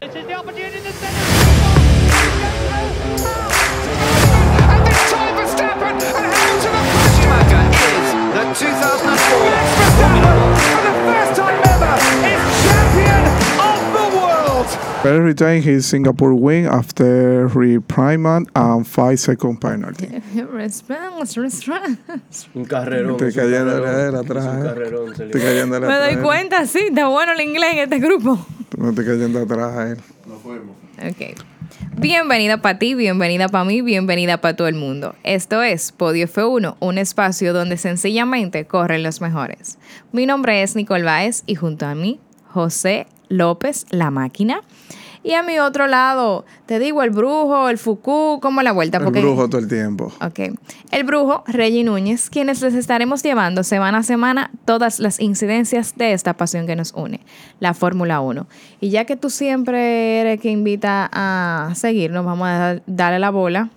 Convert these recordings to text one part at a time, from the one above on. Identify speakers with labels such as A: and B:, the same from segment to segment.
A: This is the opportunity in the centre.
B: And this time Verstappen and Hamilton are pushing.
C: Schumacher is the 2004
B: Max Verstappen, for the first time ever, is champion of the world.
D: Perez retained his Singapore win after reprimand and five second penalty.
E: Response, response.
F: Un carrerón.
D: Te
F: es un
D: cayendo
F: carrerón,
D: la
F: es
D: atrás.
F: Un carrerón,
D: Te
F: se libró.
D: cayendo
E: Me doy
D: atrás.
E: cuenta, sí, está bueno el inglés en este grupo.
D: No te cayendo atrás a él.
E: Ok. Bienvenida para ti, bienvenida para mí, bienvenida para todo el mundo. Esto es Podio F1, un espacio donde sencillamente corren los mejores. Mi nombre es Nicole Báez y junto a mí, José López, la máquina. Y a mi otro lado, te digo, el brujo, el Fuku, como la vuelta.
D: El brujo todo el tiempo.
E: Ok. El brujo, Reggie Núñez, quienes les estaremos llevando semana a semana todas las incidencias de esta pasión que nos une, la Fórmula 1. Y ya que tú siempre eres que invita a seguirnos, vamos a dar- darle la bola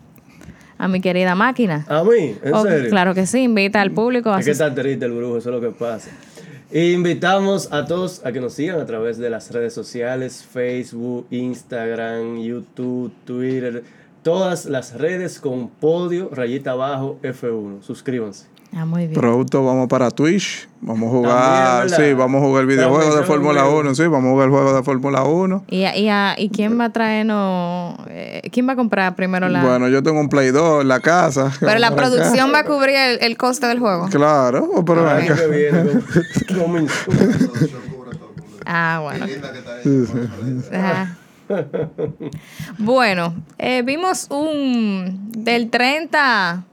E: a mi querida máquina.
F: A mí, en
E: Oh,
F: serio.
E: Claro que sí, invita al público a
F: Es que
E: sus-
F: está triste el brujo, eso es lo que pasa. Invitamos a todos a que nos sigan a través de las redes sociales, Facebook, Instagram, YouTube, Twitter, todas las redes con podio, rayita abajo, F1. Suscríbanse.
E: Ah, muy bien.
D: Pronto vamos para Twitch. Vamos a jugar.
F: También, ¿verdad?
D: sí, vamos a jugar el videojuego
F: Transmisión
D: de
F: en
D: Fórmula
F: vivo.
D: 1. Sí, vamos a jugar el juego de Fórmula 1.
E: ¿Y, a- y, a- y quién va a traernos? eh, ¿Quién va a comprar primero la.?
D: Bueno, yo tengo un Play 2 en la casa.
E: Pero la
D: Por acá.
E: producción va a cubrir el, el costo del juego.
D: Claro, oh, pero ven acá.
F: Año Ah, que viene, como- como insulto.
E: Ah, bueno. Ajá. Bueno, eh, vimos un del 30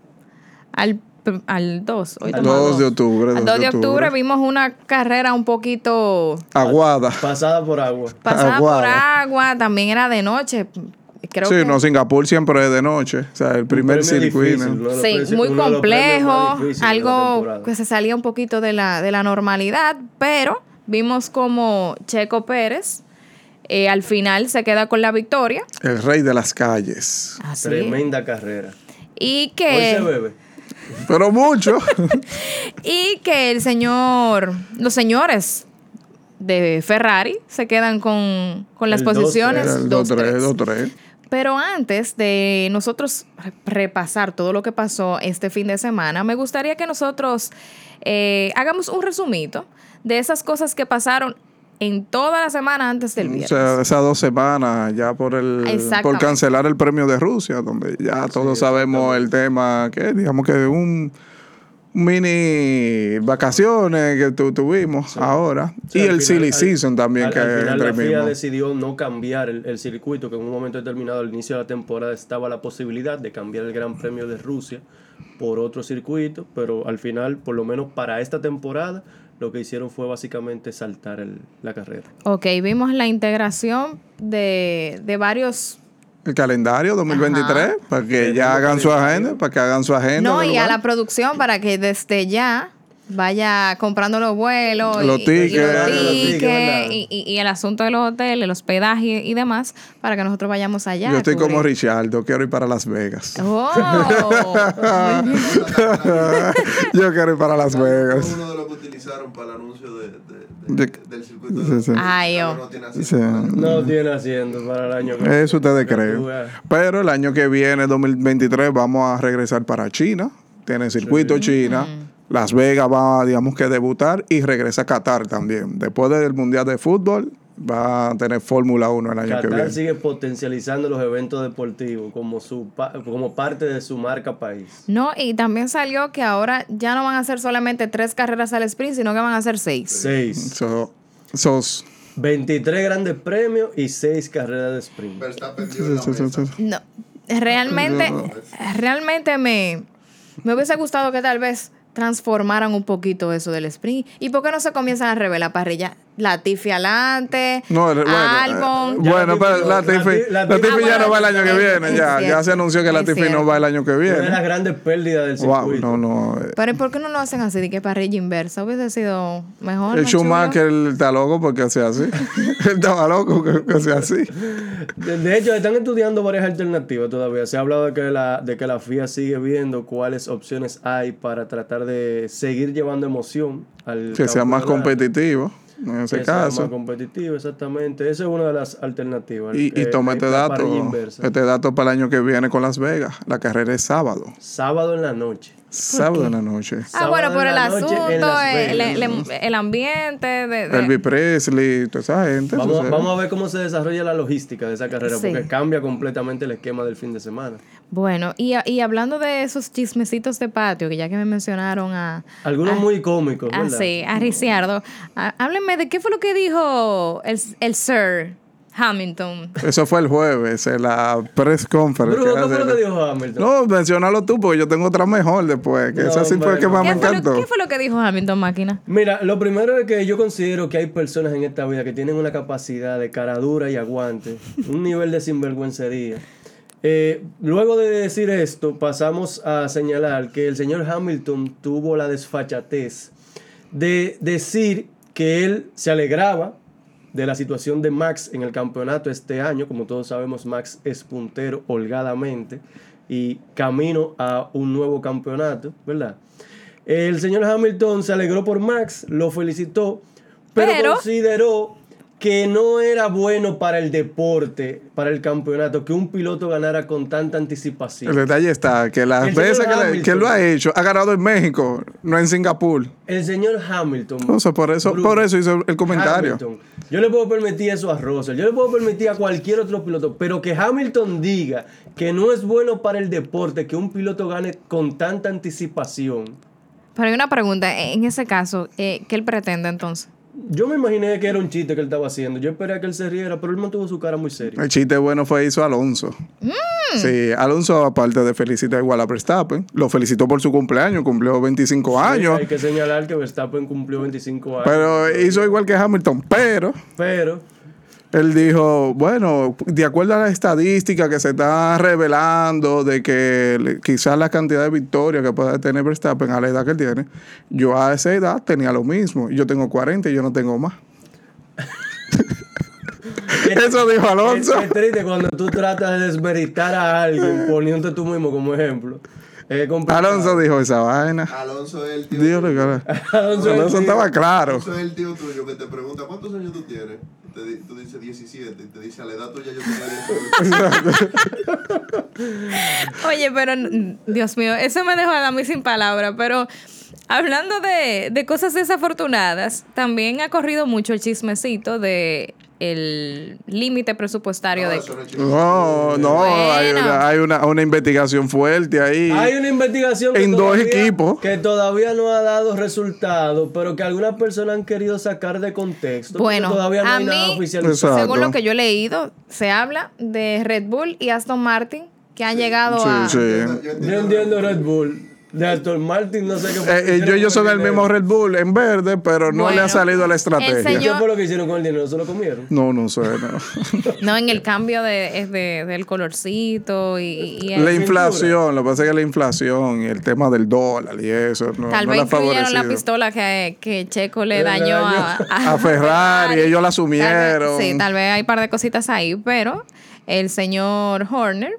E: al, pr- al 2. hoy
F: Al
E: estamos a
D: 2 de octubre,
E: Al 2 de octubre vimos una carrera un poquito
D: Aguada.
F: Pasada por agua.
E: pasada por
D: Aguada.
E: agua, también era de noche. Creo
D: sí,
E: que
D: no, Singapur siempre es de noche. O sea, el primer
F: Un premio
D: circuito.
F: difícil, uno de los
E: Sí,
F: precios-
E: muy
F: uno de los premios más
E: complejo,
F: difíciles de la
E: algo
F: temporada.
E: que se salía un poquito de la, de la normalidad, pero vimos como Checo Pérez eh, al final se queda con la victoria.
D: El rey de las calles.
E: Así.
F: Tremenda carrera.
E: Y
F: Hoy
E: que...
F: se bebe.
D: Pero mucho.
E: Y que el señor, los señores de Ferrari se quedan con, con las
F: El
E: posiciones.
D: Era el
E: 2, 3.
D: 2-3, 2-3.
E: Pero antes de nosotros re- repasar todo lo que pasó este fin de semana, me gustaría que nosotros eh, hagamos un resumito de esas cosas que pasaron en toda la semana antes del
D: O
E: viernes.
D: sea, esas dos semanas ya por el
E: Exactamente.
D: por cancelar el premio de Rusia, donde ya todos sabemos el tema, que digamos que un mini vacaciones que tu- tuvimos ahora
F: Sí,
D: y
F: al
D: el
F: final-
D: silly
F: al-
D: season también
F: al-
D: que
F: al final la FIA
D: imprimimos.
F: decidió no cambiar el, el circuito, que en un momento determinado, al inicio de la temporada, estaba la posibilidad de cambiar el Gran Premio de Rusia por otro circuito, pero al final, por lo menos para esta temporada, lo que hicieron fue básicamente saltar el- la carrera.
E: Ok, vimos la integración de, de varios
D: el calendario 2023
E: Ajá.
D: para que ya hagan su agenda, para que hagan su agenda.
E: No,
D: del
E: y a
D: lugar.
E: la producción para que desde ya vaya comprando los vuelos, y-
D: Los
E: y,
D: tickets.
E: los
D: Los
F: tickets, ¿verdad?
E: tickets, y, y- y el asunto de los hoteles, el hospedaje y demás, para que nosotros vayamos allá.
D: Yo
E: a
D: estoy como
E: cubrir.
D: Richardo, quiero ir para Las Vegas.
E: Oh, muy bien.
D: Yo quiero ir para Las Vegas.
G: Fue uno de los que utilizaron para el anuncio de, de-
D: De-
G: de- del circuito.
D: sí, sí.
E: Ay, oh.
G: No tiene asiento
D: Sí.
G: para el-
F: No tiene haciendo para el año que
D: Mm. Eso ustedes
F: que
D: creen.
F: tú veas.
D: Pero el año que viene, 2023, vamos a regresar para China. Tiene circuito China. Las Vegas va, digamos que, debutar y regresa a Qatar también. Después del Mundial de Fútbol, va a tener Fórmula 1 el año que
F: Qatar
D: viene.
F: sigue potencializando los eventos deportivos como, su, pa- como parte de su marca
D: Mm.
F: país.
E: No, y también salió que ahora ya no van a ser solamente tres carreras al sprint, sino que van a ser seis.
F: Seis.
D: So- sos-
F: 23 grandes premios y seis carreras de sprint.
G: Verstappen dio en la mesa.
E: No, realmente, realmente me, me hubiese gustado que tal vez transformaran un poquito eso del sprint. ¿Y por qué no se comienzan a revelar la parrilla? Latifi adelante,
D: No, el- bueno, eh,
E: Ah, Albon.
F: Ya
D: bueno,
F: Latifi
D: pero
F: no-
D: Latifi,
F: Lati- Latifi-
D: Latifi ya
E: Ah,
D: no va el
E: bueno,
D: año que
E: es-
D: viene.
E: es
D: Ya, ya
E: cierto,
D: se anunció que
E: es
D: Latifi no
E: cierto.
D: va el año que
F: Una de las
D: viene.
F: grandes pérdidas del circuito.
D: Wow, no, no. eh,
E: Pero ¿y por qué no lo hacen así? De que parrilla inversa hubiese sido mejor.
D: El
E: más chulo?
D: Schumacher está loco porque hacía así. Él estaba loco que, que hacía así.
F: De, de hecho, están estudiando varias alternativas todavía. Se ha hablado de que, la, de que la FIA sigue viendo cuáles opciones hay para tratar de seguir llevando emoción al
D: Que sea más
F: campeonato.
D: competitivo. en ese
F: que sea
D: caso.
F: más competitivo, exactamente. Esa es una de las alternativas.
D: Y, y
F: eh,
D: toma
F: la-
D: este
F: la
D: dato,
F: parrilla inversa.
D: este dato para el año que viene con Las Vegas. La carrera es sábado,
F: Sábado en la noche.
D: sábado en la noche.
E: Ah,
F: Sábado
E: bueno, por
F: en
E: el
F: la noche en
E: asunto,
F: Las
E: el,
F: Vegas.
E: el- el- el ambiente. De, de-
D: Elvis Presley, toda esa gente.
F: Vamos,
D: entonces,
F: vamos a ver cómo se desarrolla la logística de esa carrera,
E: Sí.
F: porque cambia completamente el esquema del fin de semana.
E: Bueno, y, y hablando de esos chismecitos de patio, que ya que me mencionaron a.
F: Algunos
E: a-
F: muy cómicos,
E: Ah,
F: ¿verdad?
E: sí, a Ricciardo. Ah, Háblenme de qué fue lo que dijo el, el Sir Hamilton.
D: Eso fue el jueves, en la press conference.
F: Bruno,
D: que
F: ¿cómo
D: hacen-
F: lo dijo Hamilton?
D: No, mencionalo tú, porque yo tengo otra mejor después. Que
F: No,
D: esa sí fue
F: hombre,
D: que
F: no.
D: más Ah, me
E: ¿Qué fue, lo,
D: encantó.
E: qué fue lo que dijo Hamilton, máquina?
F: Mira, lo primero es que yo considero que hay personas en esta vida que tienen una capacidad de cara dura y aguante, un nivel de sinvergüencería. Eh, luego de decir esto, pasamos a señalar que el señor Hamilton tuvo la desfachatez de decir que él se alegraba de la situación de Max en el campeonato este año. Como todos sabemos, Max es puntero holgadamente y camino a un nuevo campeonato, ¿verdad? El señor Hamilton se alegró por Max, lo felicitó, pero,
E: Pero-
F: consideró que no era bueno para el deporte, para el campeonato, que un piloto ganara con tanta
D: El
F: anticipación.
D: detalle está que las
F: El señor
D: veces que, le- que
F: Hamilton.
D: lo ha hecho, ha ganado en México, no en Singapur.
F: El señor Hamilton.
D: Entonces, por eso,
F: Bruno,
D: por eso hizo el comentario.
F: Hamilton. Yo le puedo permitir eso a Russell, yo le puedo permitir a cualquier otro piloto, pero que Hamilton diga que no es bueno para el deporte que un piloto gane con tanta anticipación.
E: Pero hay una pregunta. En ese caso, eh, ¿qué él pretende entonces?
F: Yo me imaginé que era un chiste que él estaba haciendo. Yo esperé a que él se riera, pero él mantuvo su cara muy seria.
D: El chiste bueno fue hizo Alonso. Sí, Alonso, aparte de felicitar igual a Verstappen, lo felicitó por su cumpleaños, cumplió 25 años,
F: Hay que señalar que Verstappen cumplió 25 años.
D: pero hizo igual que Hamilton. Pero
F: Pero
D: él dijo, bueno, de acuerdo a las estadísticas que se está revelando de que le- quizás la cantidad de victorias que pueda tener Verstappen a la edad que él tiene, yo a esa edad tenía lo mismo. Yo tengo 40 y yo no tengo más. Eso dijo
F: es,
D: Alonso.
F: es triste cuando tú tratas de desmeritar a alguien poniéndote tú mismo como ejemplo. Es complicado.
D: Alonso dijo esa vaina.
G: Alonso es el tío.
D: Dios lo que era.
F: Alonso es
D: Alonso
F: el
D: estaba claro.
G: Alonso es el tío tuyo que te pregunta cuántos años tú tienes. Te di- tú dices 17 y te dice a la edad tuya yo tenía 17.
E: Oye, pero mm, Dios mío, eso me dejó a mí sin palabras, pero hablando de, de cosas desafortunadas, también ha corrido mucho el chismecito de el límite presupuestario
D: Ah,
E: de...
G: Eso no es chiste.
D: No, no,
E: Bueno.
D: hay, una, hay una- una investigación fuerte ahí.
F: Hay una investigación que
D: En dos
F: todavía-
D: equipos.
F: que todavía no ha dado resultado, pero que algunas personas han querido sacar de contexto. porque
E: Bueno,
F: todavía no
E: a
F: hay nada
E: mí-
F: oficializado.
D: Exacto.
E: Según lo que yo he leído, se habla de Red Bull y Aston Martin que han llegado
D: Sí,
E: a...
D: sí.
G: Yo
F: Yo entiendo Red Bull. De Aston Martin, no sé qué fue lo que
D: Eh, ellos
F: hicieron
D: ellos
F: con
D: son el
F: dinero.
D: mismo Red Bull en verde, pero no le
E: Bueno,
D: ha salido la estrategia.
E: el señor-
F: ¿Qué fue lo que hicieron con el dinero? ¿Se lo comieron?
D: No, no sé. no.
E: No, en el cambio de, es de- del colorcito y, y
D: la
E: el-
D: inflación, lo que pasa es que la inflación y el tema del dólar y eso no,
E: Tal
D: no
E: vez
D: la ha
E: incluyeron la
D: favorecido. Eh,
E: pistola que, que Checo le
F: Le
E: dañó a,
F: dañó.
D: A Ferrari, ellos la asumieron.
E: Tal vez- sí, tal vez hay un par de cositas ahí, pero el señor Horner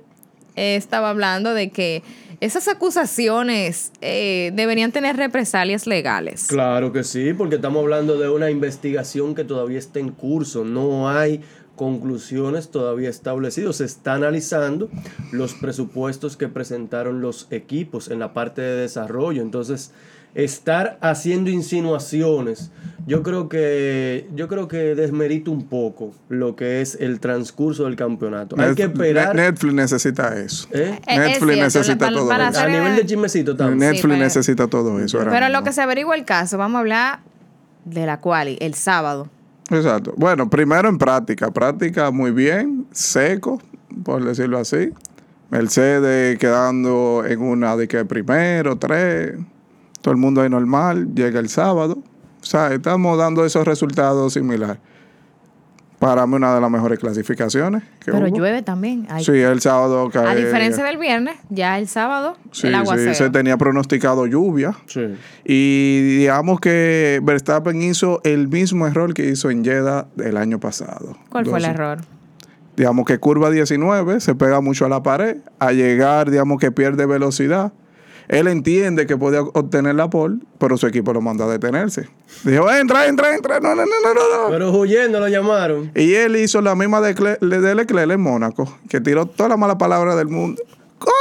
E: eh, estaba hablando de que esas acusaciones eh, deberían tener represalias legales.
F: Claro que sí, porque estamos hablando de una investigación que todavía está en curso, no hay conclusiones todavía establecidas, se está analizando los presupuestos que presentaron los equipos en la parte de desarrollo, entonces estar haciendo insinuaciones, yo creo que yo creo que desmerita un poco lo que es el transcurso del campeonato. Hay
D: Net-
F: que esperar
D: Ne- Netflix necesita eso.
F: ¿eh?
E: Eh, es
D: Netflix
E: cierto,
D: necesita
E: para-
D: todo
E: para
D: eso.
F: a
E: hacer-
F: nivel de chismecito también.
D: Netflix
E: pero-
D: necesita todo eso. ahora
E: Pero lo
D: mismo.
E: que se averigua el caso, vamos a hablar de la quali el sábado.
D: Exacto. Bueno, primero en práctica. Práctica muy bien, seco, por decirlo así. Mercedes quedando en una de que primero, tres. Todo el mundo ahí normal. Llega el sábado. O sea, estamos dando esos resultados similares. Para mí, una de las mejores clasificaciones. que
E: Pero
D: hubo.
E: llueve también. Ay,
D: Sí, el sábado cae.
E: A diferencia del viernes, ya el sábado
D: Sí,
E: el aguacero.
D: sí, se tenía pronosticado lluvia.
F: Sí.
D: Y digamos que Verstappen hizo el mismo error que hizo en Jeddah el año pasado.
E: ¿Cuál fue el
D: Entonces,
E: error?
D: digamos que curva 19 se pega mucho a la pared, a llegar, digamos que pierde velocidad. Él entiende que podía obtener la pole, pero su equipo lo manda a detenerse. Dijo, entra, entra, entra, no, no, no, no, no, no.
F: Pero huyendo lo llamaron.
D: Y él hizo la misma de, Cle- de Leclerc en Mónaco, que tiró todas las malas palabras del mundo. ¿Cómo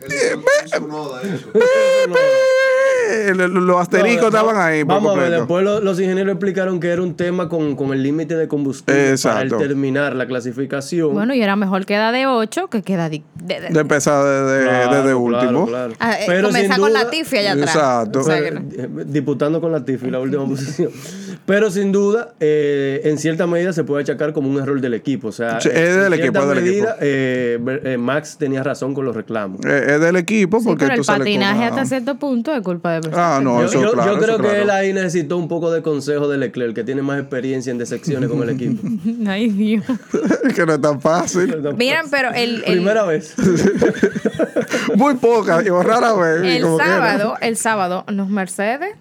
D: que?
G: Él
D: Ve-
G: hizo noda eso.
D: Eh, lo- lo- Los asteriscos
F: No,
D: estaban
F: no,
D: ahí. por
F: Vamos a ver,
D: completo.
F: después lo- los ingenieros explicaron que era un tema con, con el límite de combustible para el
D: Exacto.
F: terminar la clasificación.
E: Bueno, y era mejor queda de 8 que queda de. de- de-
D: De empezar desde
F: Claro,
D: Eh, desde
F: claro,
D: último.
F: claro.
E: Ah, eh,
F: Pero sin
E: comenzar con
F: duda-
E: la tifia allá atrás.
D: Exacto.
E: O sea que
F: Pero,
E: no.
F: eh, Disputando con la Tifi, la última posición. Pero sin duda, eh, en cierta medida se puede achacar como un error del equipo. O sea,
D: Sí,
F: eh,
D: es del
F: en
D: equipo,
F: cierta
D: es del
F: medida, eh, ver- eh, Max tenía razón con los reclamos.
D: Eh, es del equipo
E: Sí,
D: porque
E: pero el
D: tú sales con
E: patinaje
D: una-
E: hasta cierto punto es culpa de Verstappen.
D: Ah, no,
F: yo,
D: eso
F: yo- yo
D: claro. eso
F: creo que
D: claro.
F: él ahí necesitó un poco de consejo de Leclerc, que tiene más experiencia en decepciones con el equipo.
E: Ay, Dios.
D: que no es tan fácil.
E: Miren, pero el, el-
F: Primera vez.
D: Muy poca, y rara vez.
E: el
D: como quiera.
E: sábado, el sábado, los Mercedes.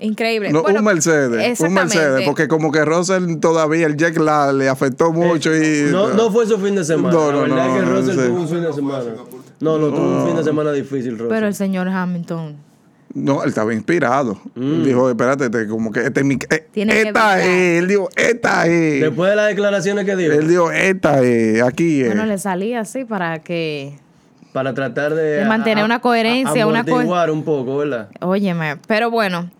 E: Increíble.
D: No,
E: Bueno,
D: un Mercedes, un
E: exactamente.
D: Mercedes, porque como que Russell todavía el jet lag le afectó mucho y
F: Eh, No, no fue su fin de semana.
D: No, no,
F: la verdad
D: no,
F: es que
D: no,
F: Russell
D: sí.
F: tuvo un fin de semana. No, no, tuvo un fin de semana difícil, Russell.
E: Pero el señor Hamilton.
D: No, él estaba inspirado.
F: Mm.
D: Dijo, espérate, te- como que este es mi- eh,
E: Tiene que
D: esta
E: brillar.
D: es, él dijo, esta es.
F: Después de las declaraciones que dio,
D: Él dijo, esta es, aquí es.
E: Bueno, le salía así para que.
F: para tratar de,
E: De mantener una coherencia, una co-
F: amortiguar un poco, ¿verdad?
E: Óyeme. Pero bueno,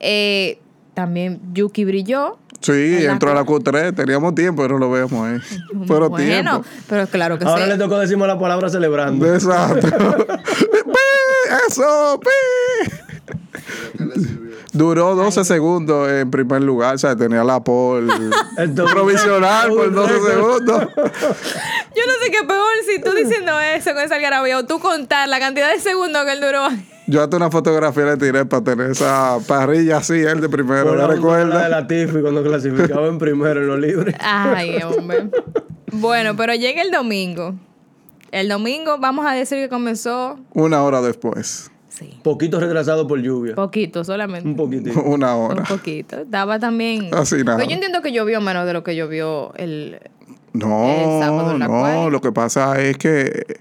E: eh, también Yuki brilló.
D: sí,
E: en la
D: entró a la Q3, teníamos tiempo, pero lo vemos ahí. Pero
E: bueno,
D: tiempo.
E: pero claro que
F: Ahora
E: sí.
F: le tocó decimos la palabra celebrando.
D: Exacto. Pi, Eso, pi.
G: ¿Qué le sirvió?
D: Duró 12 segundos en primer lugar, o sea, tenía la pole
F: Entonces-
D: provisional pues, por
F: Un
D: 12
F: récord.
D: segundos.
E: Yo no sé qué peor si tú diciendo eso con esa algarabía o tú contar la cantidad de segundos que él duró.
D: Yo hasta una fotografía le tiré para tener esa parrilla así, él de primero,
F: Por
D: ¿no
F: la jugada de
D: recuerda?
F: la Tiffy cuando clasificaba en primero en los libres.
E: Ay, hombre. Bueno, pero llega el domingo. El domingo vamos a decir que comenzó,
D: Una hora después,
E: sí,
F: Poquito retrasado por lluvia.
E: poquito solamente.
F: Un poquitito.
D: una
E: Un
D: hora.
E: poquito. Daba también.
D: Así nada.
E: Pero yo entiendo que llovió menos de lo que llovió el. El sábado
D: No,
E: en la
D: no,
E: cual.
D: lo que pasa es que...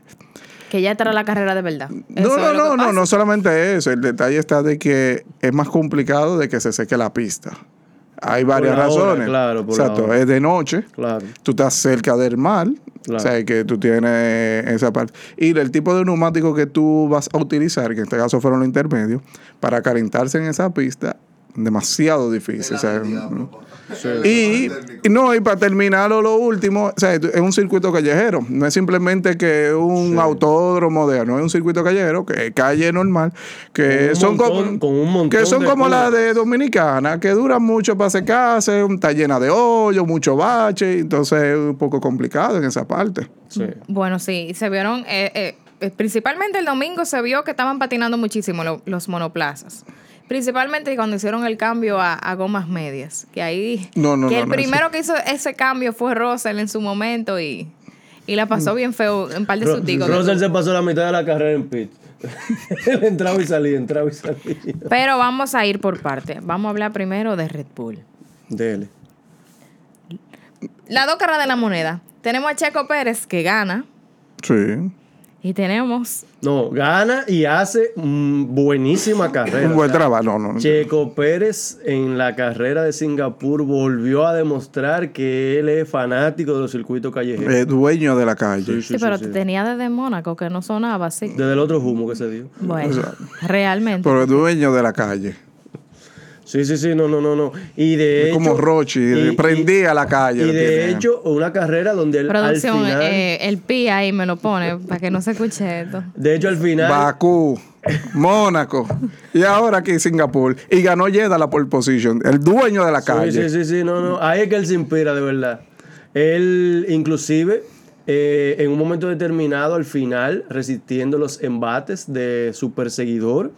E: que ya estará la carrera de verdad. Eso
D: No,
E: es
D: no,
E: lo
D: no, no,
E: que pasa.
D: no solamente eso, el detalle está de que es más complicado de que se seque la pista. Hay varias
F: la hora,
D: razones.
F: claro, por la
D: Exacto,
F: hora.
D: es de noche.
F: Claro.
D: tú estás cerca del mar,
F: Claro.
D: o sea, que tú tienes esa parte. Y el tipo de neumático que tú vas a utilizar, que en este caso fueron los intermedios, para calentarse en esa pista, demasiado difícil. o sea, mm,
G: Era el diablo, papá. Era el
D: y,
G: diablo
D: y
G: técnico.
D: no, y para terminarlo, lo último, o sea, tú- es un circuito callejero, no es simplemente que es un autódromo moderno, es un circuito callejero, que es calle normal, que
F: Con un
D: son
F: montón-
D: como,
F: con un montón
D: que son
F: de
D: como las
F: curvas.
D: de Dominicana, que duran mucho para secarse, está llena de hoyos, mucho bache, entonces es un poco complicado en esa parte.
F: Sí.
E: Bueno, sí, se vieron, eh, eh, eh, principalmente el domingo se vio que estaban patinando muchísimo lo- los monoplazas. Principalmente cuando hicieron el cambio a, a gomas medias, que ahí...
D: No, no,
E: que
D: no,
E: el
D: no,
E: primero que hizo ese cambio fue Russell en su momento y, y la pasó bien feo en par de
F: Ro-
E: suticos.
F: Russell se pasó la mitad de la carrera en pit. Él entraba y salía, entraba y salía.
E: Pero vamos a ir por parte. Vamos a hablar primero de Red Bull.
F: Dele.
E: Las dos caras de la moneda. Tenemos a Checo Pérez que gana
D: Sí.
E: y tenemos...
F: No, gana y hace mm, buenísima carrera.
D: Un buen trabajo, no, no. no.
F: Checo Pérez en la carrera de Singapur volvió a demostrar que él es fanático de los circuitos callejeros.
D: Es dueño de la calle.
E: Sí, pero te tenía desde Mónaco que no sonaba así.
F: Desde el otro humo que se dio.
E: Bueno, realmente.
D: Pero es dueño de la calle.
F: Sí, sí, sí, no, no, no, no. Y de
D: Es
F: hecho.
D: como Rochi,
F: y-
D: prendía la
F: Y,
D: calle.
F: y
D: lo
F: de
D: tiene.
F: hecho, una carrera donde él al
E: Producción,
F: final.
E: eh, el pi ahí me lo pone para que no se escuche esto.
F: de hecho, al final.
D: Bakú, Mónaco y ahora aquí Singapur. Y ganó Yeda la pole position, el dueño de la
F: Sí,
D: calle.
F: sí, sí, sí, no, no. Ahí es que él se inspira, de verdad. Él, inclusive, eh, en un momento determinado, al final, resistiendo los embates de su perseguidor,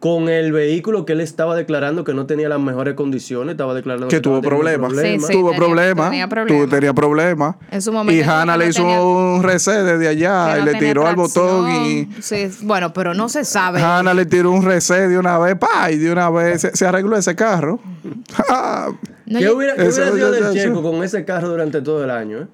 F: con el vehículo que él estaba declarando que no tenía las mejores condiciones, estaba declarando
D: Que tuvo
F: estaba teniendo
D: problemas.
E: Sí, sí.
D: Tuvo
E: tenía-
D: problemas.
E: tenía
D: Tú
E: problemas.
D: tenías problemas.
E: En su momento
D: Y Hannah
E: que
D: le
E: no
D: hizo
E: tenía-
D: un reset desde allá
E: Que
D: Ah, y
E: no
D: le
E: tenía
D: tiró al botón y.
E: tracción. Sí, bueno, pero no se sabe.
D: Hanna le tiró un reset de una vez, pa, y de una vez se, se arregló ese carro. Ah,
E: No,
F: ¿Qué
E: yo-
F: hubiera, qué
D: Eso-
F: hubiera sido
D: eso-
F: del
D: eso-
F: Checo con ese carro durante todo el año? eh?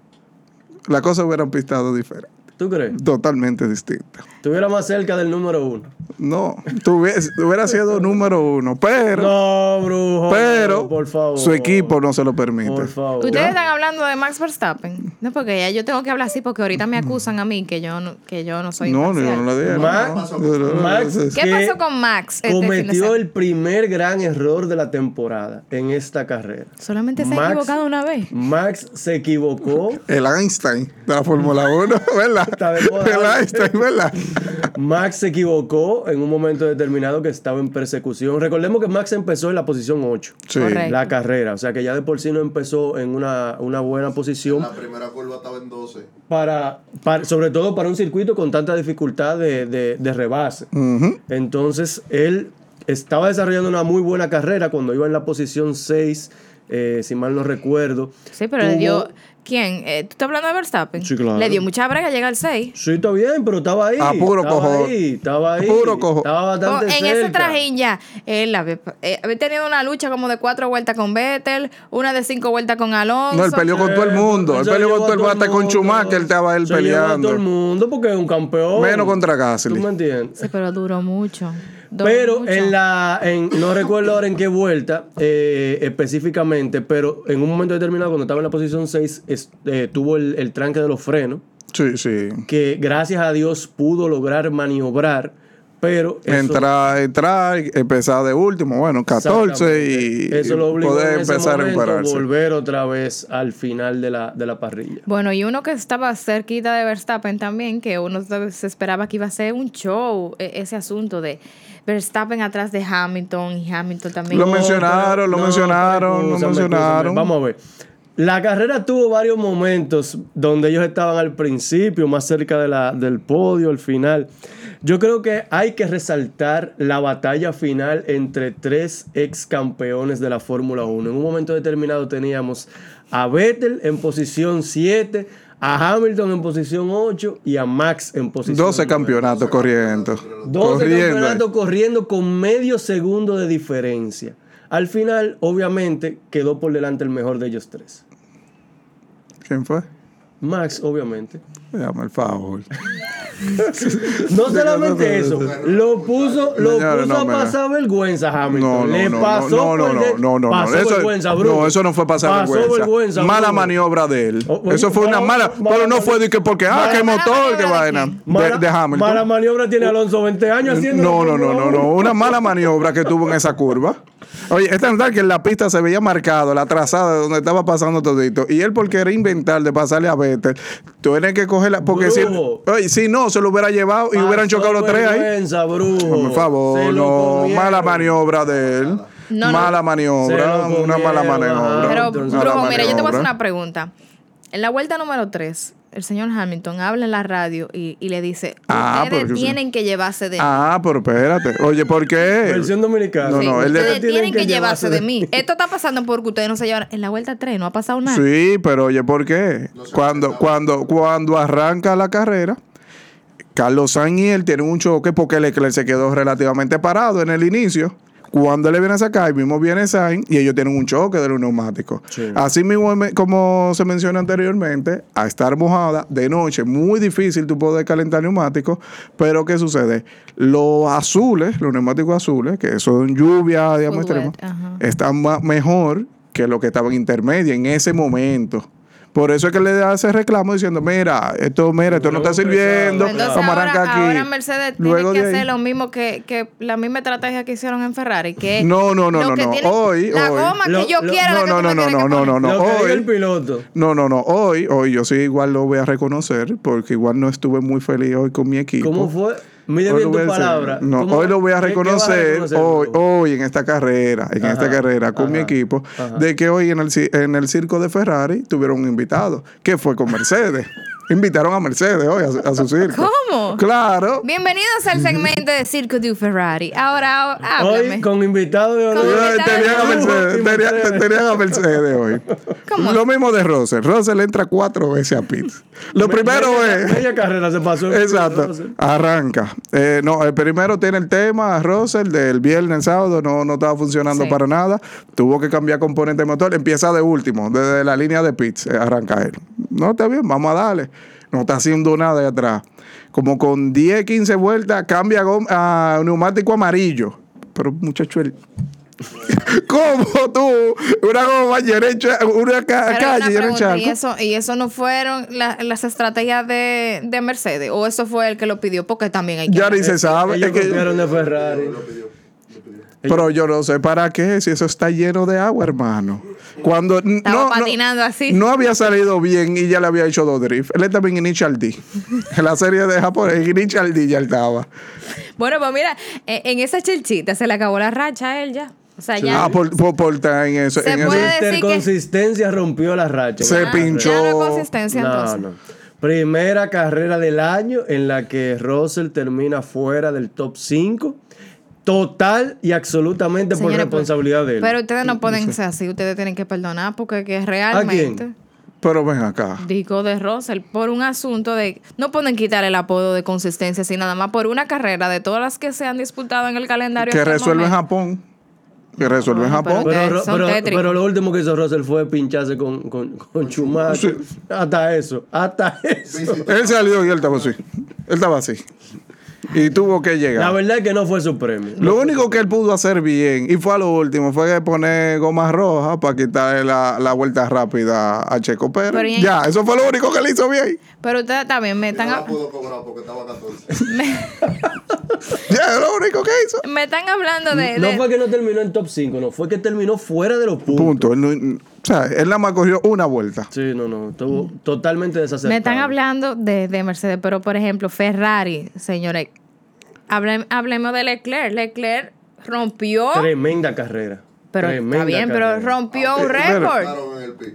D: Las cosas hubieran pistado diferente,
F: ¿Tú crees?
D: totalmente distintas.
F: ¿Tú Estuviera más cerca del número uno.
D: No, tú hubies- tú hubieras sido número uno, pero,
F: No, brujo.
D: pero
F: no, por favor.
D: su equipo no se lo permite.
F: Por favor.
E: Ustedes están hablando de Max Verstappen. No, porque ya yo tengo que hablar así porque ahorita me acusan a mí que yo no, que yo no soy.
D: No, no, yo
E: imparcial.
D: no le dieron.
F: Max-
D: no. Yo no-
F: Max-
D: sí, sí.
E: ¿Qué
F: que
E: pasó con Max? este fin de
F: Cometió
E: semana?
F: el primer gran error de la temporada en esta carrera.
E: Solamente se ha
F: Max-
E: equivocado una vez.
F: Max se equivocó.
D: El Einstein de la Fórmula 1, ¿verdad?
F: Está de moda.
D: El Einstein, ¿verdad?
F: Max se equivocó en un momento determinado que estaba en persecución. Recordemos que Max empezó en la posición 8.
D: Sí.
E: Correcto.
F: La carrera, o sea que ya de por sí no empezó en una, una buena posición,
G: La primera curva estaba en 12.
F: para, para- sobre todo para un circuito con tanta dificultad de, de- de rebase.
D: Ujú.
F: Entonces, él estaba desarrollando una muy buena carrera cuando iba en la posición 6, eh, si mal no recuerdo.
E: Sí, pero le
F: Tuvo-
E: dio. ¿Quién? Eh, ¿Tú estás hablando de Verstappen?
F: Sí, claro.
E: Le dio mucha brega llegar al 6.
F: Sí, está bien, pero estaba ahí.
D: A Ah, puro
F: estaba
D: cojón.
F: ahí, estaba ahí.
D: Puro cojón.
F: Estaba bastante
E: Oh, en ese
F: cerca.
E: trajín ya, él había, eh, había tenido una lucha como de cuatro vueltas con Vettel, una de cinco vueltas con Alonso.
D: No, él peleó con todo el
F: Eh,
D: mundo. Él
F: Se
D: peleó
F: llevó
D: con
F: a
D: todo el mundo. Hasta con
F: mundo.
D: Schumacher estaba él
F: Se llevó a todo el
D: peleando.
F: mundo porque es un campeón.
D: Menos contra
F: ¿Tú
D: Gasly.
F: me entiendes?
E: Sí, pero duró mucho. duró
F: Pero
E: mucho.
F: en la, en, no recuerdo ahora en qué vuelta eh, específicamente, pero en un momento determinado cuando estaba en la posición 6 es- eh, tuvo el, el tranque de los frenos,
D: Sí, sí.
F: que gracias a Dios pudo lograr maniobrar, pero... eso-
D: Entrar, entrar, empezar de último, bueno, 14 y,
F: Exactamente. eso lo
D: y
F: obligó
D: poder
F: en ese
D: empezar a
F: momento
D: recuperarse.
F: volver otra vez al final de la, de la parrilla.
E: Bueno, y uno que estaba cerquita de Verstappen también, que uno se esperaba que iba a ser un show, e- ese asunto de Verstappen atrás de Hamilton y Hamilton también.
D: Lo mencionaron, lo mencionaron,
F: pero
D: lo
F: escúchame,
D: mencionaron.
F: escúchame. Vamos a ver. La carrera tuvo varios momentos donde ellos estaban al principio, más cerca de la, del podio, al final. Yo creo que hay que resaltar la batalla final entre tres ex campeones de la Fórmula 1. En un momento determinado teníamos a Vettel en posición 7, a Hamilton en posición 8 y a Max en posición
D: 12
F: nueve.
D: campeonatos corriendo.
F: 12
D: Corriendo.
F: campeonatos corriendo con medio segundo de diferencia. Al final, obviamente, quedó por delante el mejor de ellos tres.
D: ¿Quién fue?
F: Max, obviamente.
D: Llama el favor.
F: No solamente eso, lo puso, lo
D: Señores,
F: puso
D: no,
F: a
D: mira.
F: pasar vergüenza a Hamilton.
D: No, no,
F: Le
D: no,
F: pasó
D: no, no,
F: por
D: no,
F: de-
D: no, no, no,
F: pasó
D: eso,
F: vergüenza, Bruno.
D: no, eso no fue pasar
F: Pasó
D: vergüenza.
F: vergüenza,
D: Mala
F: Bruno.
D: maniobra de él.
F: O-
D: eso fue una
F: mala-
D: mala,
F: Oh, mala
D: pero no
F: maniobra.
D: fue de que porque ah,
F: Mala-
D: que motor, que
E: mala
D: vaina
F: Mala,
D: de, de Hamilton.
F: mala maniobra tiene Alonso 20 años haciendo.
D: No, no,
F: la
D: no,
F: Fórmula
D: no,
F: 1.
D: no. Una mala maniobra que tuvo en esa curva. Oye, es tan tal que en la pista se veía marcado, la trazada de donde estaba pasando todito. Y él, por querer inventar de pasarle a Vettel, tienes que cogerla. Porque si,
F: Brujo.
D: Oye, si no, se lo hubiera llevado y hubieran
F: Pasó
D: chocado los tres ahí.
F: vergüenza, Brujo.
D: Por favor,
F: Se lo
D: no.
F: comieron.
D: Mala maniobra de él.
E: No, no.
D: mala maniobra,
F: Se lo
D: una mala
F: comieron,
D: maniobra.
F: ajá.
E: Pero,
D: Mala
F: Entonces-
E: Brujo, mira, yo te voy a hacer
D: maniobra.
E: una pregunta. En la vuelta número 3, el señor Hamilton habla en la radio y, y le dice,
D: Ah,
E: ustedes
D: porque sí.
E: tienen que llevarse de
D: Ah, pero espérate. Oye, ¿por qué?
F: Versión dominicana.
D: No,
E: Sí,
D: no, él le-
E: ustedes tienen que, llevarse de mí. Esto está pasando porque ustedes no se llevan. En la vuelta 3 no ha pasado nada.
D: Sí, pero oye, ¿por qué?
G: se
D: Cuando,
G: presentaba.
D: cuando, cuando arranca la carrera, Carlos Sainz y él tienen un choque porque Leclerc se quedó relativamente parado en el inicio. Cuando le viene a sacar, el mismo viene Sainz y ellos tienen un choque de los neumáticos.
F: Sí.
D: Así mismo, em- como se menciona anteriormente, a estar mojada de noche, muy difícil tú poder calentar neumáticos. Pero ¿qué sucede? Los azules, los neumáticos azules, que son lluvia, digamos,
E: Wet,
D: extrema,
E: ajá.
D: están ma- mejor que lo que estaba en intermedia en ese momento. Por eso es que le da ese reclamo diciendo, mira, esto, mira, esto no está
F: Luego
D: sirviendo,
F: empezamos.
E: Entonces
D: vamos a
E: ahora,
D: arrancar aquí.
E: ahora Mercedes
D: Luego
E: tiene
D: de
E: que
D: ahí-
E: hacer lo mismo que, que la misma estrategia que hicieron en Ferrari. Que
D: No, no, no,
E: lo
D: no,
E: que
D: no.
E: tiene-
D: Hoy,
E: la
D: hoy.
E: goma
F: Lo-
E: que yo
F: lo-
E: quiera.
D: No,
E: la que
D: no,
E: tú
D: no,
E: me
D: no,
E: tienes
D: no,
E: que
D: no, no,
E: poner.
F: Lo que diga
D: hoy-
F: el piloto.
D: No, no, no. Hoy, hoy yo sí igual lo voy a reconocer porque igual no estuve muy feliz hoy con mi equipo.
F: ¿Cómo fue? Mide
D: Hoy
F: bien
D: lo
F: tu
D: voy a hacer.
F: palabra.
D: No,
F: ¿Cómo-
D: hoy lo voy a
F: qué- qué vas
D: reconocer,
F: reconocer,
D: hoy,
F: bro?
D: hoy en esta carrera, en
F: Ajá,
D: esta carrera con mi
F: ajá,
D: equipo,
F: ajá.
D: de que hoy en el, ci- en el circo de Ferrari tuvieron un invitado, que fue con Mercedes. Invitaron a Mercedes hoy a, su- a su circo.
E: ¿Cómo?
D: Claro.
E: Bienvenidos al segmento de Circo du Ferrari. Ahora, ahora, háblame.
F: Hoy con invitado de
E: Con
F: honor.
D: Ay,
E: invitado
D: Tenían a
E: de
D: Mercedes, tenían- tenían a Mercedes hoy.
E: ¿Cómo?
D: Lo mismo de Russell. Russell entra cuatro veces a pit. Lo primero
F: Media-
D: es...
F: Media carrera se pasó.
D: Exacto. Arranca. Eh, no, el primero tiene el tema, Russell, del viernes, el sábado, no, no estaba funcionando
E: Sí.
D: para nada. Tuvo que cambiar componente de motor. Empieza de último, desde la línea de pits, eh, arranca él. No, está bien, vamos a darle. No está haciendo nada de atrás. Como con 10, 15 vueltas, cambia a gom- a neumático amarillo. Pero muchacho, el... ¿cómo tú? Una goma derecha, una ca-
E: Pero una
D: calle llena de
E: pregunta, ¿y,
D: charco.
E: eso, ¿Y eso no fueron la- las estrategias de, de Mercedes? ¿O eso fue el que lo pidió? Porque también hay que...
D: Ya ni se sabe.
F: Ellos
D: es que-
F: copiaron de Ferrari.
G: Lo pidió, lo pidió.
D: pero yo no sé para qué, si eso está lleno de agua, hermano. Cuando n-
E: Estaba
D: no, no-
E: patinando así.
D: no había salido bien y ya le había hecho dos drifts. Él estaba en Initial D. En la serie de Japón, en Initial D ya él estaba.
E: Bueno, pues mira, eh, en esa chelchita se le acabó la racha a él ya. O sea, ya...
D: Ah, por, por, por estar en eso.
E: Se
D: en eso.
E: puede decir que-
F: Mister Consistencia rompió la racha.
D: Se
E: Ah, ya-
D: pinchó.
E: Ya no hay consistencia
F: No,
E: entonces.
F: no. Primera carrera del año en la que Russell termina fuera del top 5. Total y absolutamente por
E: Señores, pues,
F: responsabilidad de él.
E: Pero ustedes no pueden ser así, ustedes tienen que perdonar porque que realmente...
D: Pero ven acá.
E: Digo de Russell, por un asunto de. No pueden quitar el apodo de consistencia, sino nada más por una carrera de todas las que se han disputado en el calendario.
D: Que
E: hasta el
D: resuelve en
E: momento.
D: Japón. Que resuelve en
E: Bueno,
D: Japón.
E: Ah, pero-
F: Pero, Ro-
E: son
F: pero-
E: tétricos.
F: pero lo último que hizo Russell fue pincharse con, con, con Schumacher. Hasta eso, hasta eso.
D: Él salió y él estaba así. Él estaba así. Y tuvo que
F: La
D: llegar.
F: verdad es que no fue su premio.
D: Lo único que él pudo hacer bien, y fue a lo último, fue que poner gomas rojas para quitarle la, la vuelta rápida a Checo Pérez.
E: Pero y-
D: ya, eso fue lo único que él hizo bien.
E: Pero ustedes también me
G: Y no
E: están,
G: la pudo cobrar porque estaba 14.
D: Ya, es lo único que hizo.
E: me están hablando de.
F: No
E: de-
F: fue que no terminó en top 5, no, fue que terminó fuera de los puntos.
D: Punto. Él, no- o sea, él nada más cogió una vuelta.
F: Sí, no, no, estuvo totalmente desacertado.
E: me están hablando de, de Mercedes, pero por ejemplo, Ferrari, señores. hable- hablemos de Leclerc. Leclerc rompió.
F: Tremenda carrera.
E: pero
F: tremenda
E: está bien, pero
F: carrera.
E: rompió un
D: Pero-
E: récord.
G: Pararon en el pit.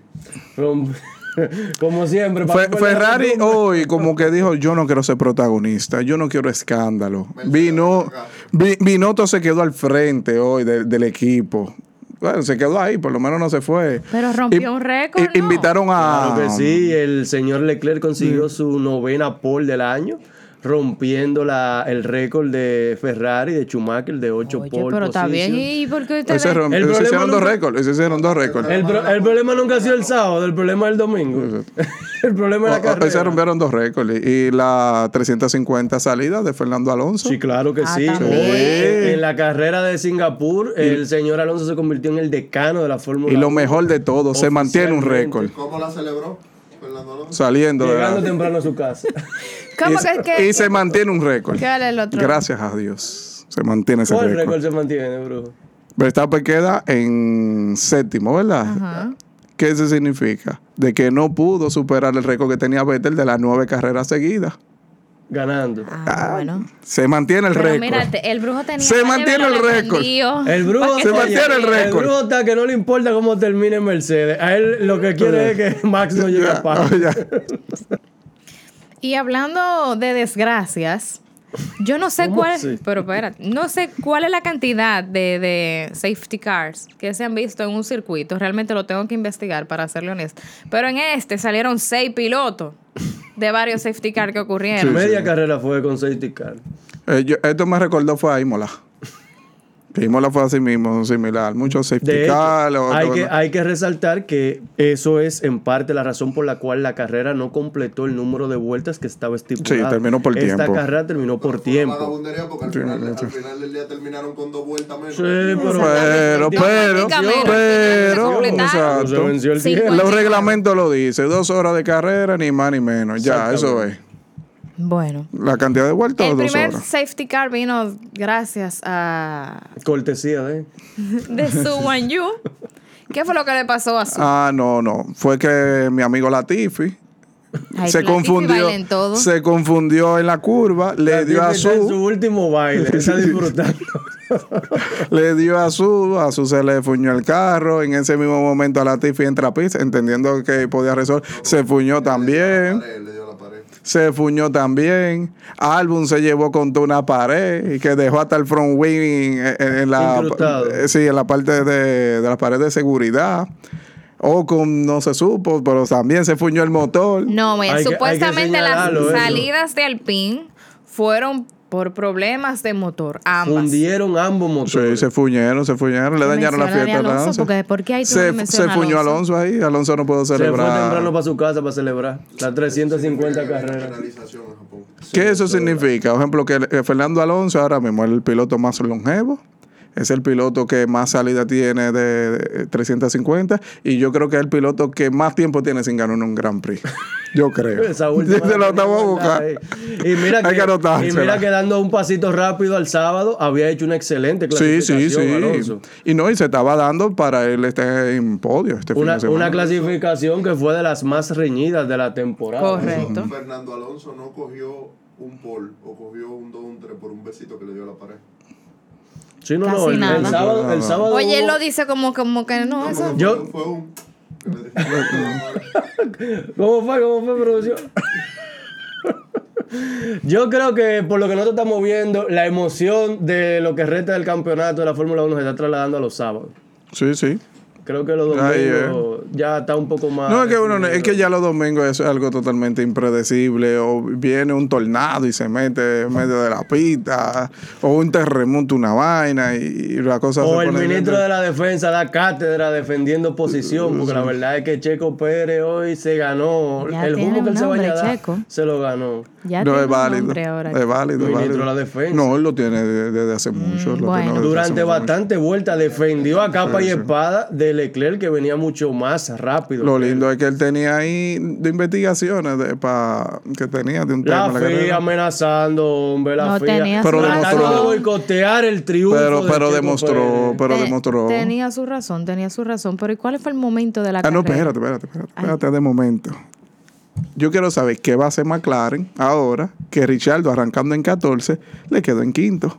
F: Rom- Como siempre.
D: Fe-
F: para-
D: Ferrari hoy como que dijo, yo no quiero ser protagonista, yo no quiero escándalo. Vino, Vi- Binotto se quedó al frente hoy del- del equipo. Bueno, se quedó ahí, por lo menos no se fue.
E: Pero rompió un récord, ¿no?
D: Invitaron a...
F: Claro que sí, el señor Leclerc consiguió su novena pole del año, rompiendo la, el récord de Ferrari, de Schumacher, de ocho
E: Oye,
F: pole
E: pero está bien.
F: positions.
E: ¿Y por qué
D: Hoy
E: ustedes-
D: se, rom-
F: El
D: hoy se
F: problema
D: hicieron dos
F: nunca-
D: récords. hoy se hicieron dos récords.
F: El, pro- el problema nunca ha sido el sábado, el problema es el domingo. el problema es la
D: Hoy se
F: carrera.
D: rompieron dos récords. Y, y la 350 salida de Fernando Alonso.
F: Sí, claro que
E: Ah,
F: sí.
E: también.
F: Hoy,
D: Sí.
F: en la carrera de Singapur, el señor Alonso se convirtió en el decano de la Fórmula
D: y lo
F: 1,
D: mejor de todo, se mantiene un récord.
G: ¿Cómo la celebró? Fernando Alonso.
D: Saliendo de
F: llegando
D: la-
F: temprano a su casa.
E: ¿Cómo
D: y, se-
E: que, que-
D: y se mantiene un récord.
E: ¿Qué vale el otro?
D: Gracias a Dios. Se mantiene ese
F: ¿Cuál
D: récord.
F: récord se mantiene, brujo?
D: Verstappen queda en séptimo, ¿verdad?
E: Ajá.
D: ¿Qué eso significa? De que no pudo superar el récord que tenía Vettel de las nueve carreras seguidas.
F: Ganando.
E: Ah, bueno.
D: Se mantiene el
E: Pero
D: récord.
E: mírate, el brujo tenía.
D: Se mantiene el récord.
F: El brujo
D: Ah, Se mantiene el récord.
F: brujo está que no le importa cómo termine en Mercedes. A él lo que quiere es que Max no llegue
D: Ya,
F: a paz.
D: ya.
E: Y hablando de desgracias, yo no sé
F: ¿Cómo
E: cuál.
F: así?
E: Pero espérate, no sé cuál es la cantidad de, de safety cars que se han visto en un circuito. Realmente lo tengo que investigar para serle honesto. Pero en este salieron seis pilotos de varios safety cars que ocurrieron.
F: Media carrera fue con safety car.
D: Eh, yo- esto me recordó fue a Imola. Que Imola fue así mismo, similar. Muchos
F: De
D: safety
F: hecho,
D: car, o-
F: hay,
D: o-
F: que, hay que resaltar que eso es en parte la razón por la cual la carrera no completó el número de vueltas que estaba estipulado.
D: Sí, terminó por
F: Esta
D: tiempo.
F: carrera terminó por
G: Fue una
F: tiempo.
G: vagabundería porque al final, al final del día terminaron con dos vueltas menos.
F: Sí, pues. pero...
D: Pero, pero,
E: Prácticamente,
D: pero,
E: se
D: o sea,
E: completaron.
F: Se venció el
E: Sí, pues.
F: tiempo.
E: bueno.
D: los reglamentos lo dicen. Dos horas de carrera, ni más ni menos. Ya, eso es.
E: Bueno.
D: La cantidad de vueltas,
E: El
D: dos
E: primer
D: horas.
E: safety car vino gracias a
F: Cortesía ¿eh? de...
E: de Su Wan Yu. ¿Qué fue lo que le pasó a Su?
D: Ah, no, no. Fue que mi amigo Latifi
E: Ay,
D: Ah, se
E: Latifi
D: confundió.
E: baila en todo.
D: Se confundió en la curva, le dio a
F: Está en su
D: su,
F: último baile. Está disfrutando.
D: le dio a su, a su se le fuñó el carro. En ese mismo momento a Latifi entra a pista, entendiendo que podía resolver. Se fuñó
G: La
D: también,
G: pared, le dio la pared.
D: se fuñó también. Album se llevó contra una pared y que dejó hasta el front wing en, en- en la,
F: Incrustado.
D: eh, sí, en la parte de, de la pared de seguridad. Ocon no se supo, pero también se fuñó el motor.
E: No, mira,
F: Hay que- hay que
E: supuestamente las
F: señalarlo, eso.
E: salidas de Alpine fueron por problemas de motor, ambas.
F: Hundieron ambos motores.
D: Sí, se fuñeron, se fuñeron, le dañaron la
E: Mencionar a
D: fiesta a
E: Alonso,
D: Alonso.
E: porque ¿por qué ahí tú no
D: se, se
E: mencionas a
D: fuñó
E: Alonso?
D: Alonso ahí, Alonso no pudo
F: Se fue
D: celebrar.
F: temprano para su casa para celebrar las 350
G: Había una
F: carreras.
G: penalización en Japón.
D: ¿Qué eso significa? Por ejemplo, que eh, Fernando Alonso ahora mismo es el piloto más longevo. Es el piloto que más salida tiene de de 350 y yo creo que es el piloto que más tiempo tiene sin ganar un Gran Prix. Yo creo.
F: Esa última
D: Se
F: la
D: lo estamos a buscar.
F: tenía guardada ahí. Y mira,
D: Hay
F: que,
D: que anotársela.
F: y mira que dando un pasito rápido al sábado, había hecho una excelente
D: Sí,
F: clasificación.
D: sí, sí. Este
F: Alonso.
D: Y no, y se estaba dando para él estar en podio este fin
F: Una,
D: de semana.
F: una clasificación que fue de las más reñidas de la temporada.
H: Correcto.
G: Fernando Alonso no cogió un pol o cogió un 2 un 3 por un besito que le dio a la pared.
F: Sí, no, no.
E: Casi
F: El, el
E: nada.
F: sábado, el sábado
E: Oye, él
F: hubo-
E: lo dice como, como que no, eso.
G: Fue-
F: Yo-
G: Fue un... que le dejó la pared.
F: ¿Cómo fue? ¿Cómo fue, producción? Yo creo que por lo que nosotros estamos viendo, la emoción de lo que resta del campeonato de la Fórmula 1 se está trasladando a los sábados.
D: Sí, sí.
F: Creo que los domingos
D: Ahí,
F: ya está un poco más.
D: eh. No, es que, uno, no- es que ya los domingos es algo totalmente impredecible. O viene un tornado y se mete en medio de la pista. O un terremoto, una vaina. Y, y la cosa
F: O
D: se
F: el
D: pone eh. Uh,
F: ministro de la defensa da cátedra defendiendo posición, porque la verdad es que Checo Pérez hoy se ganó.
E: Ya
F: el
E: tiene
F: humo
E: un
F: que él se
E: nombre,
F: vaya a dar,
E: Checo.
F: se lo ganó.
E: Ya
D: No,
E: tiene
D: es
E: un
D: válido. Eh,
E: nombre ahora. Mm,
D: Es válido. es
F: Ministro
D: válido.
F: de la defensa.
D: No, él lo tiene de- desde hace mucho. lo tiene
E: bueno.
D: desde hace
F: Durante
D: mucho, mucho.
F: bastante vuelta defendió a capa y espada de Leclerc, que venía mucho más rápido.
D: Lo
F: que él.
D: lindo es que él tenía ahí de investigaciones de, pa- que tenía de un
F: La
D: tema. de la
F: FIA
D: carrera.
F: amenazando, hombre, la
E: No
F: FIA.
E: tenía
D: Pero su
F: Tratando
D: demostró.
F: de boicotear el triunfo.
D: pero
F: de
D: pero
F: Checo
D: demostró,
F: Pérez.
D: pero
E: Te-
D: demostró.
E: Tenía su razón, tenía su razón. Pero ¿y cuál fue el momento de la
D: Ah, no,
E: carrera?
D: espérate, espérate, espérate, espérate de momento. Yo quiero saber qué va a hacer McLaren ahora que Richardo arrancando en 14 le quedó en quinto.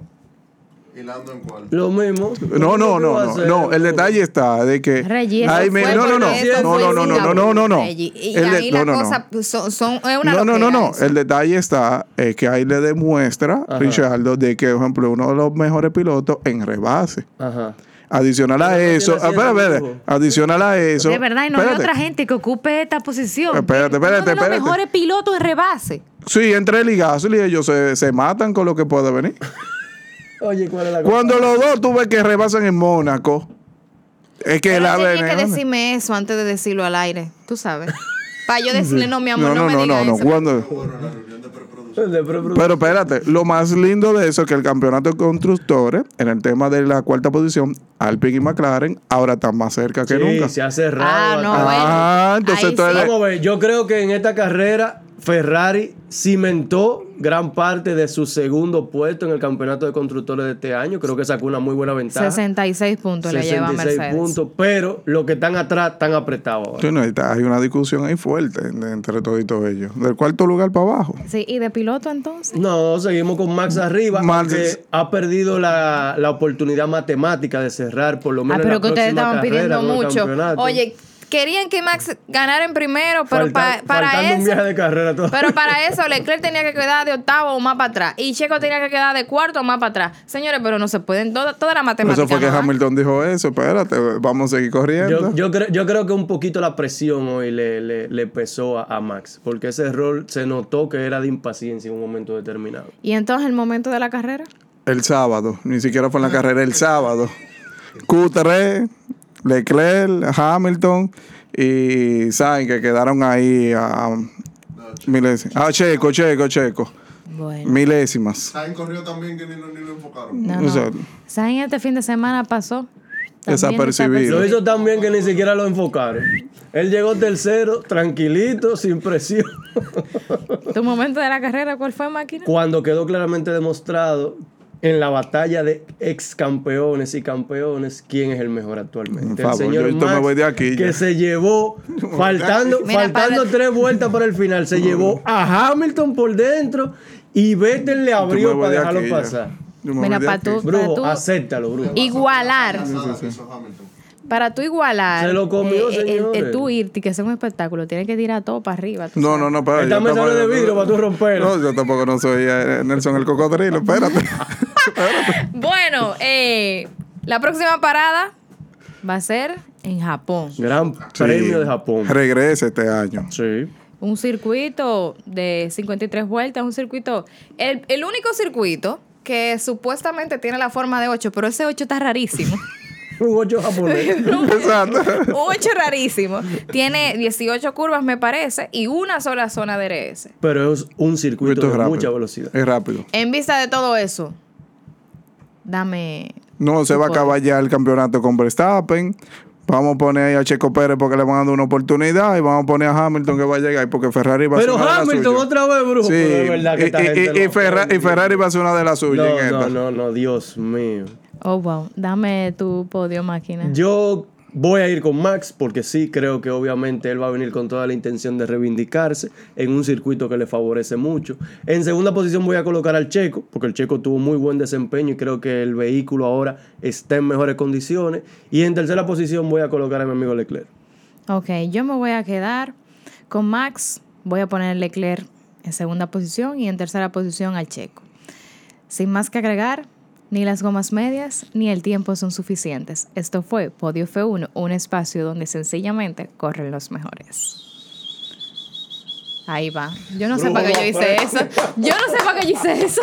G: Hilando en cual.
F: Lo mismo.
D: No, no,
F: ¿Qué va
D: no,
F: a
D: no,
F: hacer?
D: no, el detalle está de que
E: Reggie, eso
D: Ay, me-
E: fue
D: no, no, no,
E: porque eso
D: no,
E: fue
D: no, no, no, no, no, no, no.
E: Reggie. Y
D: El de-
E: ahí
D: no,
E: la
D: no, no.
E: cosa pues, son, son- es una
D: No, no, no,
E: loquera
D: no.
E: eso.
D: El detalle está eh, que ahí le demuestra
F: Ajá.
D: Richardo de que, por ejemplo, uno de los mejores pilotos en rebase.
F: Ajá.
D: Adicional a
F: tiene
D: eso,
F: asiento
D: ah, espera, espera,
F: nuevo.
D: adicional a eso.
E: De verdad, y no
D: espérate.
E: hay otra gente que ocupe esta posición.
D: Espérate, espérate,
E: Uno de los
D: espérate.
E: mejores pilotos en rebase.
D: Sí, entre él y Gasly ellos se, se matan con lo que pueda venir.
F: Oye, ¿cuál es la
D: Cuando
F: cosa?
D: los dos tú ves que rebasan en Mónaco, es que
E: Pero
D: la
E: tenía que
D: veneno-
E: decirme eso antes de decirlo al aire, tú sabes. Para yo decirle, no, mi amor,
D: No,
E: no,
D: no,
E: me
D: no, no,
E: digas
D: no.
E: eso.
D: Cuando...
G: Bueno, la reunión de preproducción.
F: De pro-
D: Pero espérate, lo más lindo de eso es que el campeonato de constructores, en el tema de la cuarta posición, Alpine y McLaren, ahora están más cerca que
F: Sí,
D: nunca.
F: se ha cerrado.
E: Ah, no,
F: acá.
E: bueno.
D: Ah, entonces
E: Ahí
D: todo
E: sí.
D: el-
F: Vamos a ver, yo creo que en esta carrera Ferrari cimentó gran parte de su segundo puesto en el campeonato de constructores de este año. Creo que sacó una muy buena ventaja.
E: 66 puntos le lleva a
F: 66
E: Mercedes.
F: puntos, pero los que están atrás están apretados ahora.
D: Sí, no, está- hay una discusión ahí fuerte en- entre todos ellos. Del cuarto lugar para abajo.
E: Sí, y de piloto entonces.
F: No, seguimos con Max arriba,
D: Max-
F: aunque ha perdido la, la oportunidad matemática de cerrar por lo
E: Ah,
F: menos
E: pero
F: la
E: que ustedes
F: próxima
E: estaban
F: carrera
E: pidiendo
F: con el
E: mucho.
F: campeonato.
E: Oye, querían que Max ganara en primero, pero
F: Falta-
E: pa- para
F: faltando un
E: eso.
F: viaje de carrera todavía.
E: Pero para eso, Leclerc tenía que quedar de octavo o más para atrás. Y Checo tenía que quedar de cuarto o más para atrás. Señores, pero no se pueden. Toda, toda la matemática.
D: Eso fue que
E: no va.
D: Hamilton dijo eso. Espérate, vamos a seguir corriendo.
F: yo, yo, creo, yo creo que un poquito la presión hoy le, le, le pesó a, a Max, porque ese error se notó que era de impaciencia en un momento determinado.
E: Y entonces, el momento de la carrera.
D: El sábado, ni siquiera
E: Ah.
D: fue en la carrera, el sábado. Q3, Leclerc, Hamilton y Sainz que quedaron ahí a, a milésimas. Ah, Checo, Checo, Checo.
E: Bueno.
D: Milésimas.
G: Sainz corrió también que ni, lo- ni lo enfocaron.
E: No,
D: O sea,
E: no. ¿Saben este fin de semana pasó? También
D: Desapercibido.
F: Lo hizo tan bien que ni siquiera lo enfocaron. Él llegó tercero, tranquilito, sin presión.
E: ¿Tu momento de la carrera cuál fue, máquina?
F: cuando quedó claramente demostrado en la batalla de ex campeones y campeones quién es el mejor
D: Por
F: actualmente.
D: favor,
F: el señor
D: yo esto me
F: Max,
D: voy de aquí
F: que
D: ya.
F: se llevó faltando,
E: Mira,
F: faltando
E: párate.
F: tres vueltas para el final, se llevó a Hamilton por dentro y Vettel le
D: Yo me
F: abrió
D: voy
F: para
D: de
F: dejarlo
D: aquí ya.
F: pasar.
D: Yo me
E: Mira,
D: voy de
E: pa'
D: aquí.
E: tú.
F: Brujo,
E: tú-
F: acéptalo, Brujo.
E: Igualar.
G: Nada que hizo Hamilton.
E: Para tú igualar.
F: Se lo comió,
E: eh, eh, el-
F: señores.
E: el tú irte, que es un espectáculo, tienes que tirar todo para arriba. tú
D: No,
E: sabes.
D: no, no, espérate.
F: Esta mesa no es de vidrio para tú romperla.
D: No, yo tampoco no soy eh, Nelson el cocodrilo, espérate.
H: Bueno, eh,
E: La próxima parada va a ser en Japón.
F: Gran
D: Sí.
F: premio de Japón.
D: Regresa este año.
F: Sí.
E: Un circuito de 53 vueltas, un circuito. El, el único circuito que supuestamente tiene la forma de 8, pero ese 8 está rarísimo.
F: Un 8 japonés.
D: Exacto.
I: Ocho rarísimo. Tiene 18 curvas, me parece, y una sola zona de RS.
F: Pero es un circuito
D: Esto es
F: de
D: rápido.
F: mucha velocidad.
D: Es rápido.
E: En vista de todo eso, dame.
D: No se va a acabar ya el campeonato con Verstappen. Vamos a poner ahí a Checo Pérez porque le van a dar una oportunidad y vamos a poner a Hamilton que va a llegar porque Ferrari va a ser
F: Pero
D: una de las
F: Hamilton
D: suyas.
F: otra vez, brujo.
D: Sí, Eh,
F: Pero es verdad que esta
D: y- y-
F: gente
D: y- y
F: lo-
D: Ferra- y Ferrari va a ser una de las suyas en
F: No, no,
D: esta.
F: no, no, Dios mío.
E: Oh, wow. Dame tu podio máquina.
F: Yo voy a ir con Max porque sí, creo que obviamente él va a venir con toda la intención de reivindicarse en un circuito que le favorece mucho. En segunda posición voy a colocar al Checo, porque el Checo tuvo muy buen desempeño y creo que el vehículo ahora está en mejores condiciones. Y en tercera posición voy a colocar a mi amigo Leclerc.
E: Ok, yo me voy a quedar con Max. Voy a poner Leclerc en segunda posición y en tercera posición al Checo. Sin más que agregar, ni las gomas medias ni el tiempo son suficientes. Esto fue Podio F1, un espacio donde sencillamente corren los mejores. Ahí va. Yo no sé para qué yo hice eso. Yo no sé para qué yo hice eso.